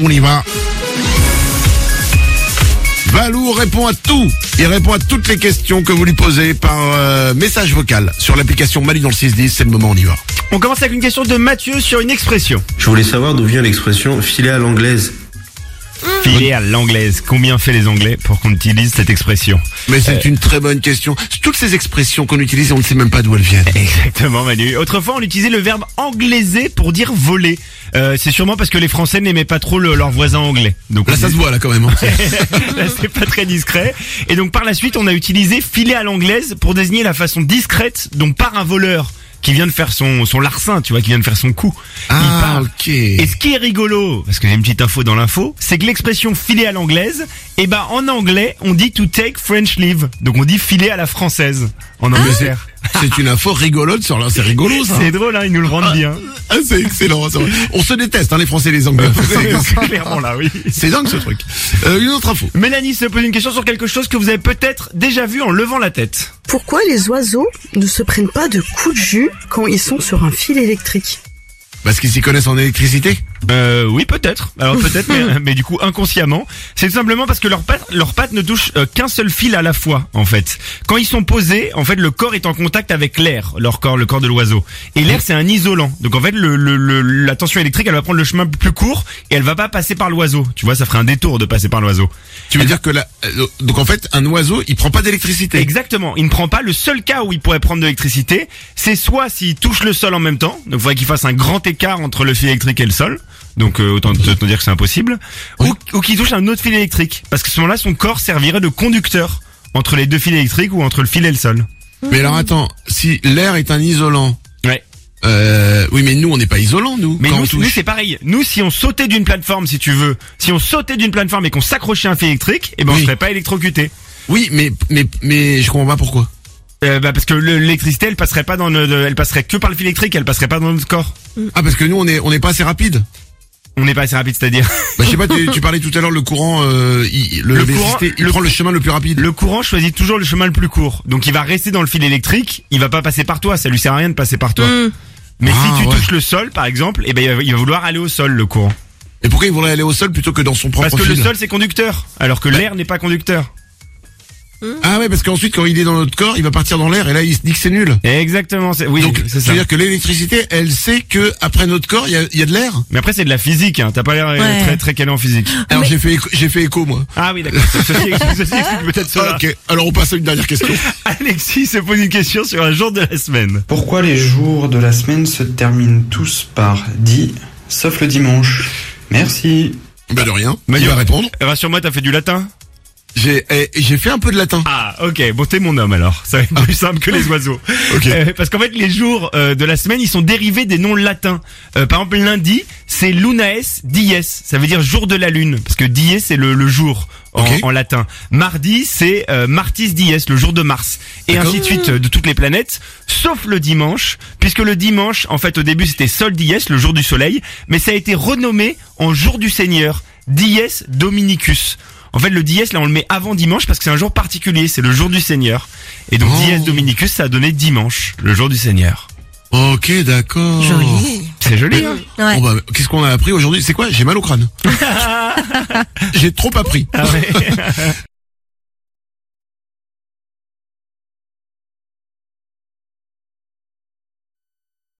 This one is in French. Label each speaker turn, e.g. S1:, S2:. S1: On y va. Valou répond à tout. Il répond à toutes les questions que vous lui posez par euh, message vocal sur l'application Mali dans le 610. C'est le moment, on y va.
S2: On commence avec une question de Mathieu sur une expression.
S3: Je voulais savoir d'où vient l'expression filer à l'anglaise.
S2: Filer à l'anglaise. Combien fait les Anglais pour qu'on utilise cette expression
S1: Mais
S2: Euh.
S1: c'est une très bonne question. Toutes ces expressions qu'on utilise, on ne sait même pas d'où elles viennent.
S2: Exactement, Manu. Autrefois, on utilisait le verbe anglaiser pour dire voler. Euh, c'est sûrement parce que les Français n'aimaient pas trop le- leurs voisins anglais. Donc
S1: Là, ça se voit, là, quand même. hein.
S2: Là, c'est pas très discret. Et donc, par la suite, on a utilisé filer à l'anglaise pour désigner la façon discrète dont part un voleur qui vient de faire son, son larcin, tu vois, qui vient de faire son coup. Il
S1: Ah,
S2: part.
S1: ok.
S2: Et ce qui est rigolo, parce que j'ai une petite info dans l'info, c'est que l'expression filer à l'anglaise, eh ben en anglais, on dit to take French leave. Donc on dit filer à la française en Angleterre.
S1: C'est une info rigolote sur là. C'est rigolo, ça.
S2: C'est drôle, hein, ils nous le rendent bien.
S1: Ah, c'est excellent. ça. On se déteste, hein, les Français et les Anglais.
S2: C'est clairement là, oui.
S1: C'est dingue, ce truc. Euh, une autre info.
S2: Mélanie se pose une question sur quelque chose que vous avez peut-être déjà vu en levant la tête.
S4: Pourquoi les oiseaux ne se prennent pas de coups de jus quand ils sont sur un fil électrique
S1: Parce qu'ils s'y connaissent en électricité.
S2: Euh, oui, peut-être. Alors peut-être, mais, mais du coup inconsciemment. C'est tout simplement parce que leurs pattes, leurs pattes ne touchent euh, qu'un seul fil à la fois, en fait. Quand ils sont posés, en fait, le corps est en contact avec l'air, leur corps, le corps de l'oiseau. Et l'air, c'est un isolant. Donc en fait, le, le- le- la tension électrique, elle va prendre le chemin plus court et elle va pas passer par l'oiseau. Tu vois, ça ferait un détour de passer par l'oiseau.
S1: Tu
S2: Eh
S1: veux dire que là, euh, donc en fait, un oiseau, il prend pas d'électricité.
S2: Exactement. Il ne prend pas. Le seul cas où il pourrait prendre de l'électricité, c'est soit s'il touche le sol en même temps. Donc, il faudrait qu'il fasse un grand écart entre le fil électrique et le sol. Donc, euh, autant te, te dire que c'est impossible.
S1: Oui.
S2: Ou, ou qu'il touche un autre fil électrique. Parce que ce moment-là, son corps servirait de conducteur entre les deux fils électriques ou entre le fil et le sol.
S1: Mais alors attends, si l'air est un isolant,
S2: Ouais.
S1: euh, oui mais nous on n'est pas isolants nous.
S2: Mais
S1: quand on
S2: nous, nous
S1: touche.
S2: c'est pareil. Nous, si on sautait d'une plateforme, si tu veux, si on sautait d'une plateforme et qu'on s'accrochait à un fil électrique, eh ben, on
S1: Oui.
S2: serait pas électrocuté.
S1: Oui mais mais mais je comprends pas pourquoi.
S2: Euh, bah, parce que le- l'électricité, elle passerait pas dans notre, elle passerait que par le fil électrique, elle passerait pas dans notre corps.
S1: Ah parce que nous on est on n'est pas assez rapide.
S2: On n'est pas assez rapide, c'est-à-dire.
S1: Bah, je sais pas, tu, tu parlais tout à l'heure le courant, euh, il- le,
S2: Le
S1: l'électricité,
S2: courant-
S1: il
S2: le-
S1: prend le chemin le plus rapide.
S2: Le courant choisit toujours le chemin le plus court. Donc il va rester dans le fil électrique, il va pas passer par toi, ça lui sert à rien de passer par toi. Mais
S1: Ah,
S2: si tu
S1: ouais.
S2: touches le sol par exemple, eh ben il va- il va vouloir aller au sol le courant.
S1: Et pourquoi il voudrait aller au sol plutôt que dans son propre
S2: Parce que le
S1: fil
S2: sol c'est conducteur, alors que l'air n'est pas conducteur.
S1: Ah ouais parce qu'ensuite quand il est dans notre corps il va partir dans l'air et là il se dit que c'est nul.
S2: Exactement, c'est oui,
S1: Donc
S2: c'est
S1: ça
S2: ça.
S1: veut dire que l'électricité elle sait que après notre corps il y a, il y a de l'air.
S2: Mais après c'est de la physique hein, t'as pas l'air euh,
S5: Ouais.
S2: très très calé en physique.
S1: Alors j'ai fait écho- j'ai fait écho moi. Ah,
S2: Ah oui, d'accord. Ceci explique- ceci explique peut-être cela.
S1: Ok alors on passe à une dernière question.
S2: Alexis se pose une question sur un jour de la semaine.
S6: Pourquoi les jours de la semaine se terminent tous par dit, sauf le dimanche Merci.
S1: bah de rien. il
S2: Manu-
S1: va répondre.
S2: Rassure-moi, t'as fait du latin
S1: J'ai eh, j'ai fait un peu de latin.
S2: Ah, ok. Bon, t'es mon homme alors. Ça va être plus simple que les oiseaux.
S1: Ok.
S2: Euh, parce qu'en fait, les jours euh, de la semaine, ils sont dérivés des noms latins. Euh, par exemple, lundi, c'est lunaes dies. Ça veut dire jour de la lune. Parce que dies, c'est le, le jour en,
S1: Ok.
S2: en latin. Mardi, c'est euh, martis dies, le jour de Mars. Et
S1: D'accord.
S2: ainsi de suite euh, de toutes les planètes, sauf le dimanche. Puisque le dimanche, en fait, au début, c'était sol dies, le jour du soleil. Mais ça a été renommé en jour du Seigneur. Dies Dominicus. En fait, le dies, là, on le met avant dimanche parce que c'est un jour particulier. C'est le jour du Seigneur. Et donc,
S1: Oh.
S2: dies Dominicus, ça a donné dimanche, le jour du Seigneur.
S1: Ok, d'accord.
S5: Joli.
S2: C'est joli, hein
S5: Ouais.
S1: Bon, bah, Qu'est-ce qu'on a appris aujourd'hui C'est quoi J'ai mal au crâne. J'ai trop appris.
S2: Ah ouais.